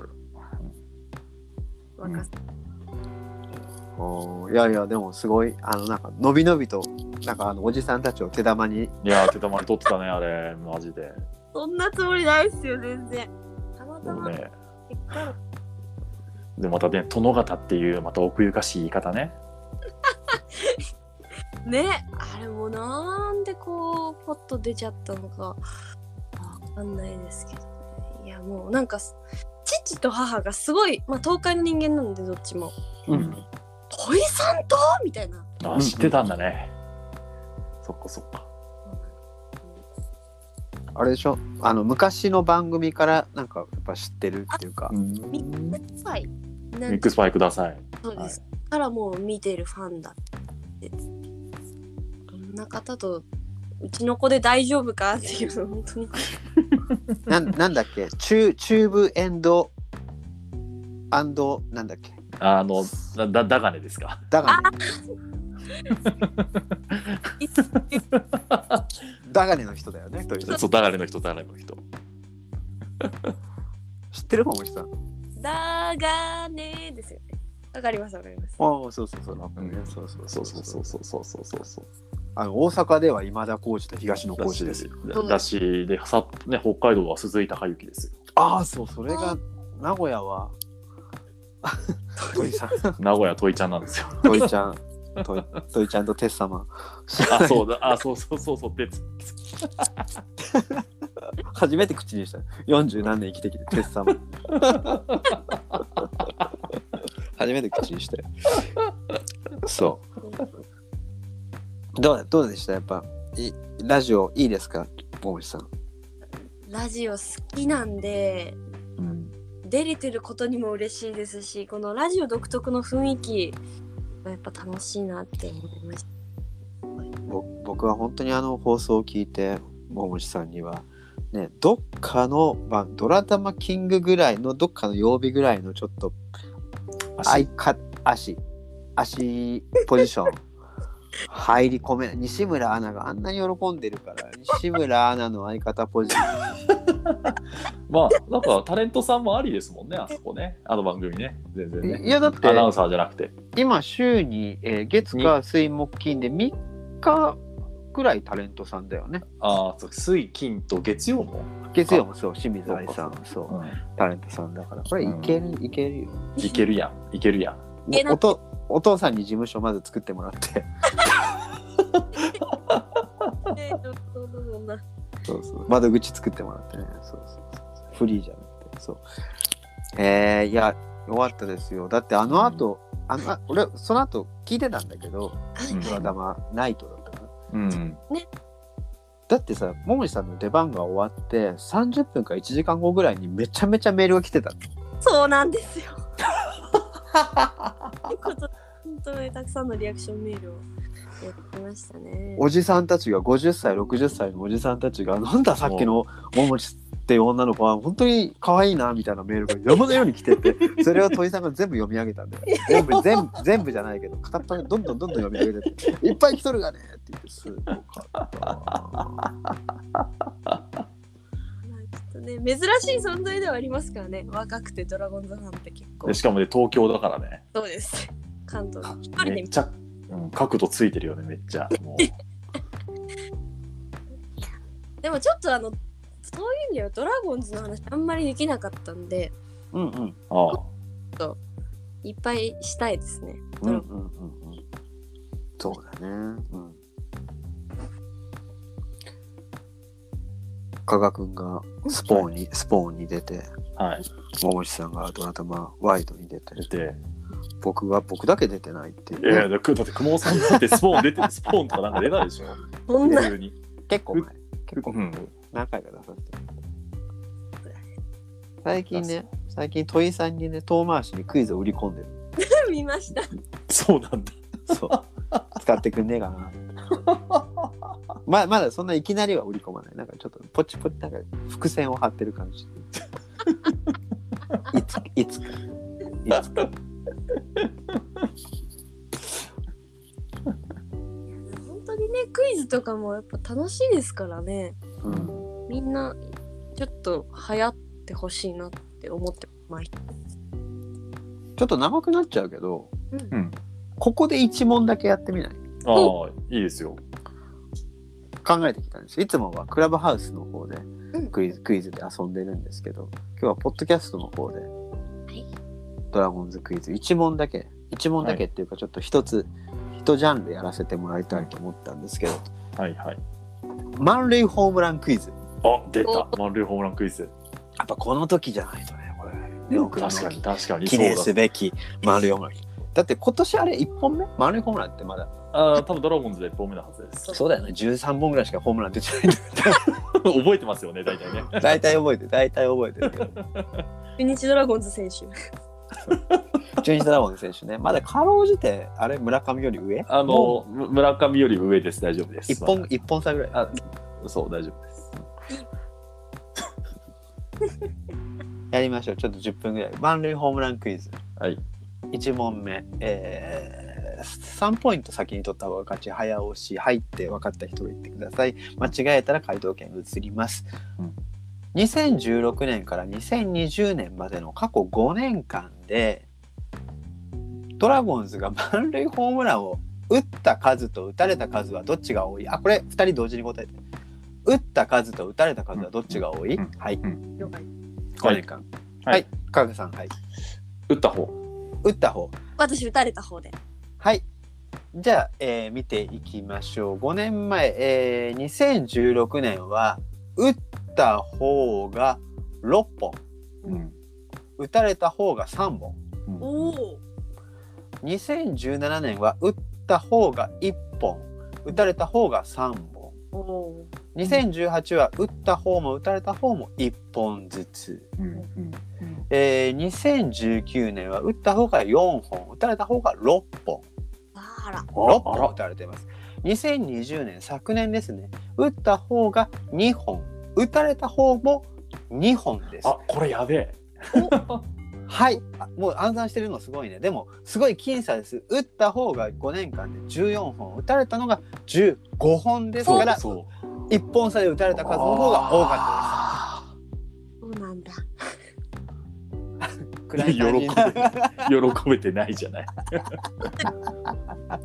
ゃん若さ
おーいやいやでもすごいあのなんかのびのびとなんかあのおじさんたちを手玉に
いやー、手玉に取ってたね、あれ、マジで。
そんなつもりないっすよ全然たま
で
た
も
ま
ね、でまたね、殿方っていう、また奥ゆかしい言い方ね。
ねあれもなんでこうポッと出ちゃったのかわかんないですけどねいやもうなんかす父と母がすごい、まあ、東海の人間なのでどっちも
うん
「土井さんと?」みたいな
あ、知ってたんだね。そっかそっか。
あれでしょあの昔の番組からなんかやっぱ知ってるっていうか
ミ
ミ
ッ
ックスパイな
クスパイください。
そうです、からもう見てるファンだってこんな方とうちの子で大丈夫かっていうの本当に
なんなんだっけ中中部エンドアンドなんだっけ
あの、だ、だ、だがねですか。
だがねだがねの人だよねという
そう、だがねの人、だがねの人。
知ってるもんおじさんあ
「だがね」ですよねわかりますわかります
あそうそうそうラップね
うん
そうそう
そうそうそうそうそうそうそうそう。
あの大阪では今田耕司と東野
ら
耕
し
司
い
ですよ
だだし、で、さ、ね、北海道は鈴井孝之ですよ。
ああそうそれが名古屋は土井さん
名古屋といちゃんなんですよ。
土井ちゃん土井土井ちゃんとテッサ マ
あ、そうだ、あ、そうそうそうそう、で、
初めて口にした40何年生きてきてテッサマ 初めて口にしてそうどうどうでしたやっぱいラジオいいですか大内さん
ラジオ好きなんで
うん、
出れてることにも嬉しいですしこのラジオ独特の雰囲気がやっぱ楽しいなって思いました
ぼ僕は本当にあの放送を聞いて桃地さんには、ね、どっかの、まあ、ドラタマキングぐらいのどっかの曜日ぐらいのちょっと
足
足か足足ポジシ ョン入り込めない西村アナがあんなに喜んでるから西村アナの相方ポジション
まあ、なんかタレントさんもありですもんね、あそこね、あの番組ね、全然ね。
いやだって
アナウンサーじゃなくて。
今週に、えー月火水木金で3日ぐらいタレントさんだよね
ああ、そう、水、金と月曜も。
月曜もそう清水愛さんそう
うん
タレントさんだからこれいける、いけるよ
いけるやん、いけるやん。
いけな
おとお父さんに事務所まず作ってもらって
えーちょっとどんな
そうそう窓口作ってもらってねそうそうそうそうフリーじゃなくてそうえー、いやよかったですよだってあの後、あのあ俺その後聞いてたんだけど
うん
ドラダマナイトだったから
うん、
だってさ桃井さんの出番が終わって30分か1時間後ぐらいにめちゃめちゃメールが来てた
そうなんです よ。ということで本当にたくさんのリアクションメールをやってましたね。
おじさんたちが50歳60歳のおじさんたちがなんださっきの桃地っていう女の子は本当に可愛いなみたいなメールが山のように来ててそれを戸井さんが全部読み上げたんだよ全 部全部全部じゃないけど片っ端からどんどんどんどん読み上げてていっぱい来とるがねって言ってすごかった
まあちょっとね珍しい存在ではありますからね。若くてドラゴンズファンって結構
でしかもね、東京だからね、
そうです。関東の一人
め
で
っちゃ、うん、角度ついてるよね、めっちゃ。 もう
でもちょっとあのそういう意味ではドラゴンズの話あんまりできなかったんで
うんうん
ああ
いっぱいしたいですね。
うんうんうんうんそうだねうん加賀君がスポーンにスポーンに出て
はい、
桃地さんがドラタマワイドに出て
で、
僕は僕だけ出てないっていう
いや
ね、
だってだって、久保さんだってスポーン出てる、スポーンとかなんか出ないでしょ、
そんな
急に。
結構前結
う
構
ん、
何回か出させて最近ね、最近戸井さんにね、遠回しにクイズを売り込んでる。
見ました。
そうなんだ。
そう。使ってくんねえかな。ままだそんないきなりは売り込まない。なんかちょっとポチポチ、なんか伏線を張ってる感じ。いつ、いつか。いつか。
本当にね、クイズとかもやっぱ楽しいですからね。
うん。
みんな、ちょっと流行ってほしいなって思ってます。
ちょっと長くなっちゃうけど、
うん
ここで一問だけやってみない
ああ、いいですよ。
考えてきたんですよいつもはクラブハウスの方で
ん
クイズ,、クイズで遊んでるんですけど今日はポッドキャストの方で、
い
ドラゴンズクイズ1問だけ1問だけっていうかちょっと一つ一ジャンルやらせてもらいたいと思ったんですけど
はいはい。
満塁ホームランクイズ
あ、出た。満塁ホームランクイズ。
やっぱこの時じゃないとねこれよく
確かに確かに。
記念
そ
す
う
べき満塁ホームランだって今年あれ1本目満塁ホームランってまだ
だ。ああ、多分ドラゴンズで1本目のは ずです。
そうだよね13本ぐらいしかホームラン出てないんだよ
覚えてますよね、大体ね。
ね 大体覚えてる大体覚えてるけど
中日ドラゴンズ選手。
中日ドラゴンズ選手ね、まだかろうじて、あれ、村上より上
あの
も、
む村上より上です。大丈夫で
う
す。
一本、一本差ぐらい。あ
そう、大丈夫です。
やりましょう、ちょっと10分ぐらい。満塁ホームランクイズ。
はい。
1問目、えー、3ポイント先に取った方が勝ち、早押し、入って分かった人が言ってください。間違えたら回答権移ります。
うん
2016年から2020年までの過去5年間で、ドラゴンズが満塁ホームランを打った数と打たれた数はどっちが多いあ、これ2人同時に答えて。打った数と打たれた数はどっちが多い、
うん
はい、
了解。
5年間。
はい
はい、かぐさん、はい。
打った方。
打った方。
私、打たれた方で。
はい。じゃあ、えー見ていきましょう。5年前、えー2016年は、打った方が6本、
うん。
打たれた方が3本。
おお。
2017年は、打った方が1本、打たれた方が3本。
おお。
2018は、打った方も打たれた方も1本ずつ。
うんうんうん
えー2019年は、打った方が4本、打たれた方が6本。
あら。
6本打たれています。2020年、昨年ですね、打った方が2本、打たれた方も2本です。
あ、これやべえ。
はい、あもう暗算してるのすごいね。でも、すごい僅差です。打った方が5年間で14本、打たれたのが15本です
そう
から、
そう。
1本差で打たれた数の方が多か
そうなんだ。
ったです。暗い感じに
喜べてないじゃない。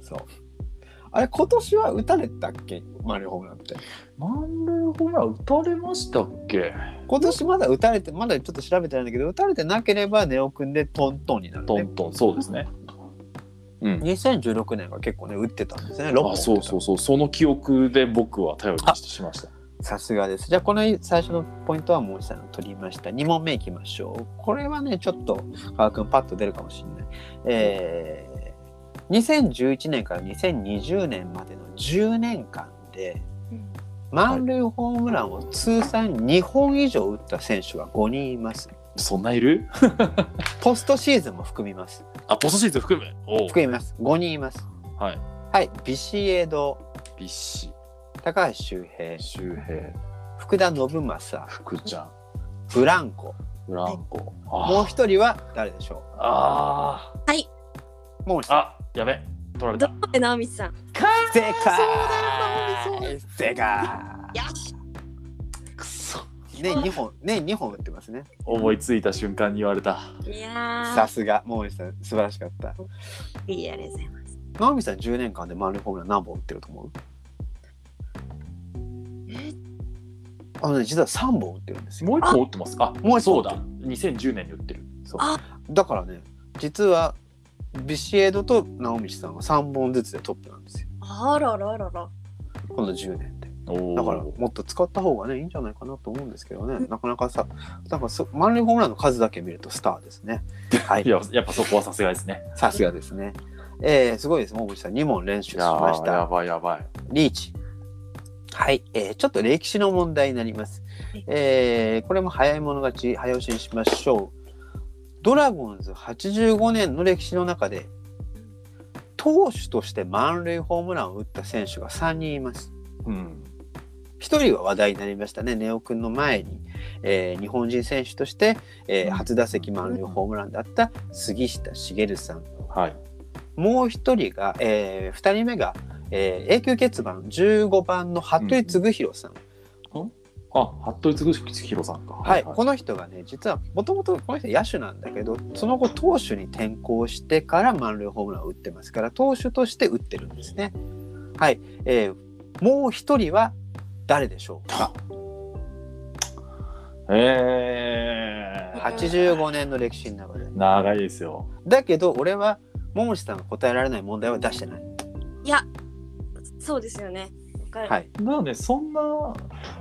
そう。あれ、今年は打たれたっけマリオホームランって。
満塁ホームラン打たれましたっけ
今年まだ打たれて、まだちょっと調べてないんだけど、打たれてなければ、ネオくんでトントンになる、ね。
トントン、そうですね。うん。
2016年が結構ね打ってたんですね6本
あ、そうそうそう。その記憶で僕は頼りにしてしました。
さすがですじゃあこの最初のポイントはもう一の取りました2問目いきましょうこれはねちょっと川君パッと出るかもしれないえー、2011年から2020年までの10年間で
うん
満塁ホームランを通算2本以上打った選手は5人います
そんないる
ポストシーズンも含みます
あ、ポストシーズン含む。おう
含みます5人います
はい。
はいビシエド
ビッシ、
高橋周平
周平、
福田信正
福ちゃん、
ブランコ
ブランコ。
もう
あ
一人は誰でしょ
ーあ
はい。
うもう一
ー。
人
あ、やべ。取られ
ど
た
う。もって直美さん。
正解正解
よし。
くそ。
ね二本ね二本打ってますね
思いついた瞬間に言われた。
いや
さ
ー。
すがもう一人素晴らしかった
いいありがとうございます。
直美さん10年間で満塁ホームラン何本打ってると思う
え
あのね実は3本打ってるんですよ
もう一本打ってます。あ、
もう一本
そうだ。2010年に打ってる。そう
あ
だからね実はビシエドと直美さんは3本ずつでトップなんですよ
あらららら。
この10年で
おー
だからもっと使った方がねいいんじゃないかなと思うんですけどねなかなかさなんかそ満塁ホームランの数だけ見るとスターですねはい
いや、やっぱそこはさすがですね。
さすがですね。えー、すごいです。も口さん、2問練習しまし
や
た。
ばいやばい。
リーチ。はい、えー、ちょっと歴史の問題になります。
はい
えーこれも早い者勝ち早押しにしましょうドラゴンズ85年の歴史の中で投手として満塁ホームランを打った選手が3人います
うん。
1人は話題になりましたね根尾君の前に、えー日本人選手として、えー初打席満塁ホームランだった杉下茂さん
はい。
もう一人が、え2人目が、えー永久欠番15番の服井嗣弘さん、
あ、服部嗣弘さんか。
はいこの人がね実はもともとこの人野手なんだけどその後投手に転向してから満塁ホームランを打ってますから投手として打ってるんですね。はい、えーもう一人は誰でしょうか
えー、
85年の歴史の中で
長いですよ。
だけど俺は桃地さんが答えられない問題は出してない。
そうですよね。わかる
はい、
なので、そんな、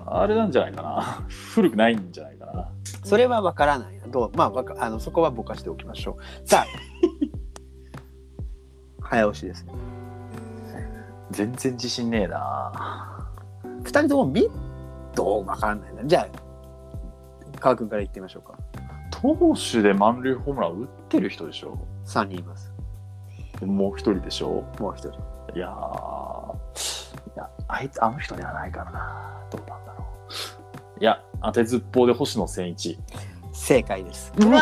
あれなんじゃないかな。古くないんじゃないかな。
それはわからないなどうまあわかあのそこはぼかしておきましょうさあ 早押しです
全然自信ねえな。
2人ともミッドわからないなじゃあ川君から言ってみましょうか
投手で満塁ホームラン打ってる人でしょ。
3人います
もう一人でしょ。
もう1人
いやーいや、あいつ、あの人ではないからな。どうなんだろう。いや、当てずっぽうで星野千一。
正解です
う わ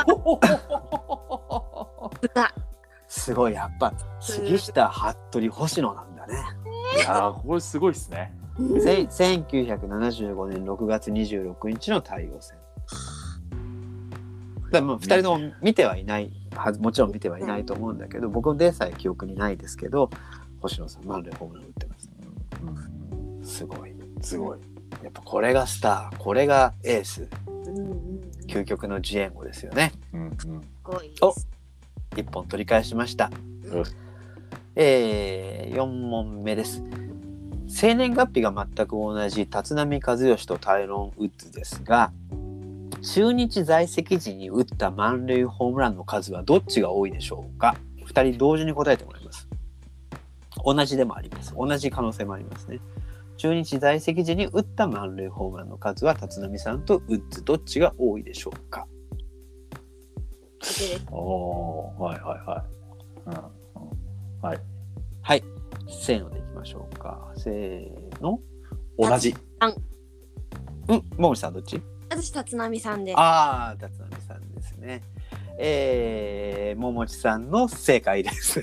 すごいやっぱ杉下服部星野なんだね
いやー、これすごいっすね。
せん1975年6月26日の太陽戦だからもう2人とも見てはいないはずもちろん見てはいないと思うんだけど僕でさえ記憶にないですけど星野さん満塁ホームラン打ってますすごいすごいやっぱこれがスターこれがエース
うんうんうん。
究極のジエンゴですよね
うん
すごいです。
お一本取り返しました
よし。
えー、4問目です。生年月日が全く同じ立浪和義とタイロン・ウッズですが中日在籍時に打った満塁ホームランの数はどっちが多いでしょうか2人同時に答えてもらいます。同じでもあります。同じ可能性もありますね。中日在籍時に打った満塁ホームランの数は立浪さんとウッズどっちが多いでしょうか
です。
おおはいはいはい。うんはい。
はい。せーのでいきましょうか。せーの。
同じ。
うん、桃地さんどっち
私、立浪さんです。
ああ、辰巳さんですね。えー、桃地さんの正解 です。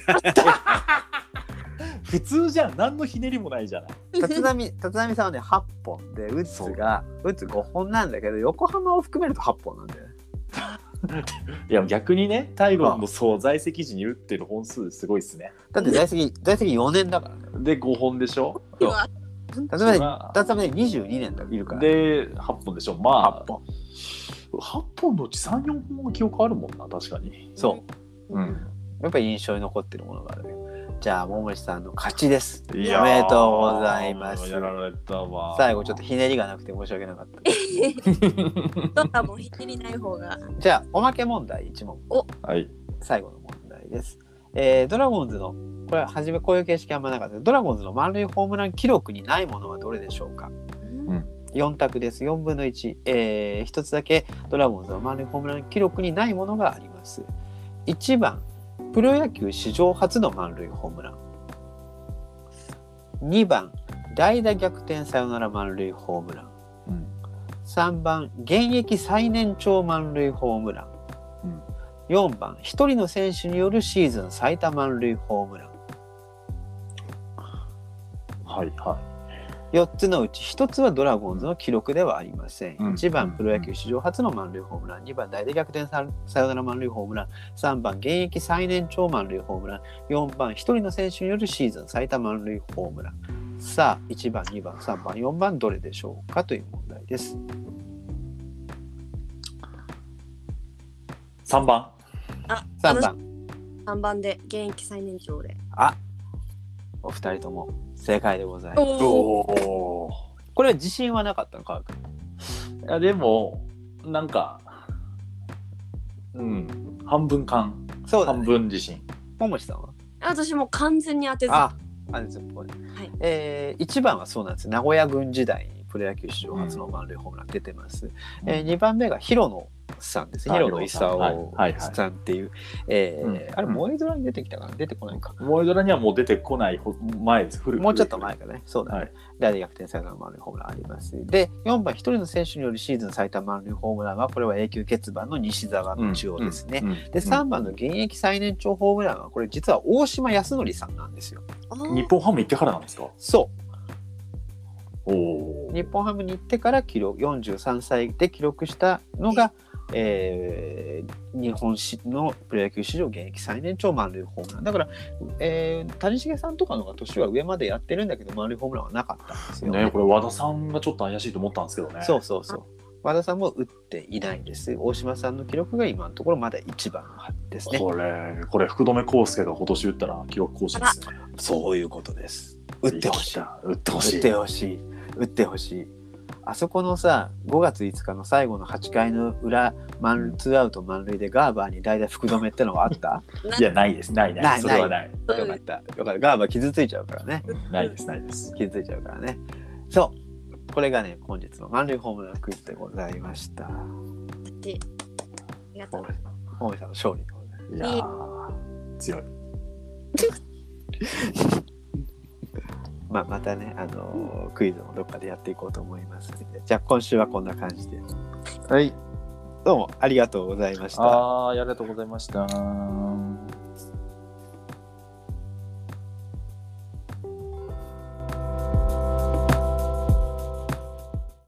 普通じゃん。何のひねりもないじゃない。
辰巳、辰巳さんはね、八本で、打つが、打つ五本なんだけど、横浜を含めると八本なんだよね。
いや、逆にね、タイゴンのそう在籍時に打ってる本数すごいっすね。
だって在籍、在籍四年だからね。
で、5本でしょ。
うわ
辰巳さん、辰巳ね、二十二年だ、いるから。
で、8本でしょ。ま
八
あ、
本。
8本のうち3、4本は記憶あるもんな、確かに。
そう
うん
ん。
う、やっぱり印象に残ってるものがあるね。じゃあ、桃地さんの勝ちです。お
い
め
やー
でとうございます。
やられたわ。
最後ちょっとひねりがなくて申し訳なか った。
どんなもんひねりない方が。
じゃあ、おまけ問題一問。
はい。
最後の問題です。えードラゴンズのこれは初めこういう形式あんまなかったドラゴンズの満塁ホームラン記録にないものはどれでしょうか
ん
4択です4分の1、え1つだけドラゴンズの満塁ホームラン記録にないものがあります1番プロ野球史上初の満塁ホームラン2番代打逆転サヨナラ満塁ホームラン
うん
3番現役最年長満塁ホームラン
うん
4番一人の選手によるシーズン最多満塁ホームラン
はいは
4つのうち1つはドラゴンズの記録ではありません、
うん
1
う
番
ん
プロ野球史上初の満塁ホームラン2番大で逆転ササヨナラ満塁ホームラン3番現役最年長満塁ホームラン4番一人の選手によるシーズン最多満塁ホームランさあ1番2番3番4番どれでしょうかという問題です
い。3番。
あ、
3番
3番で、現役最年長で。
あお二人とも正解でございます
おお。
おお。
これは自信はなかったのか
いやでもなんかうん半分感
そうだ
半
ね
分自信
桃地さんは
私もう完全に当てず。
あ、あれですっぽい。
い
えー一番はそうなんです。名古屋軍時代にプロ野球史上初の満塁ホームラン出てます。えー、2番目が広野さんですね。
あ
広野勲
広野さんはいはいはい
さんっていう。えー
うん
あれ、萌えドラに出てきたかな出てこないか。
モエドラにはもう出てこないほ前です。古く
もうちょっと前かね。そうだね。
はい
で、逆転サヨナラ満塁ホームランあります。で、4番、一人の選手によるシーズン最多満塁ホームランは、これは永久欠番の西澤の中央ですね。。
うんうん
で、3番の現役最年長ホームランは、これ実は大島康則さんなんですよ。
あ
う
ー
ん日本ハム行ってからなんですか
そう。
おお
日本ハムに行ってから記録43歳で記録したのが、えー日本史のプロ野球史上現役最年長満塁ホームランだから、えー谷繁さんとかの方が年は上までやってるんだけど満塁ホームランはなかったんですよね。
ね、これ和田さんがちょっと怪しいと思ったんですけどね。
そうそうそう和田さんも打っていないです大島さんの記録が今のところまだ1番ですね。
これ、これ福留孝介が今年打ったら記録更新ですよね。
そういうことです。打ってほしい。
打ってほ
打
しい。
ってほしい打ってほしいあそこのさ5月5日の最後の8回の裏満ツーアウト満塁でガーバーに代打福留ってのはあった
いや、ないです。ないない。
ない
それはない。
うん
よかったよかったガーバー傷ついちゃうからね
うんないです、ないです。
傷ついちゃうからねそうこれがね本日の満塁ホームランクイズでございました
だってありがとう
大森さんの勝利でございます
いやー強い。
まあ、またね、あのークイズもどっかでやっていこうと思いますのでじゃあ今週はこんな感じで
はい。
どうもありがとうございました
あーありがとうございました。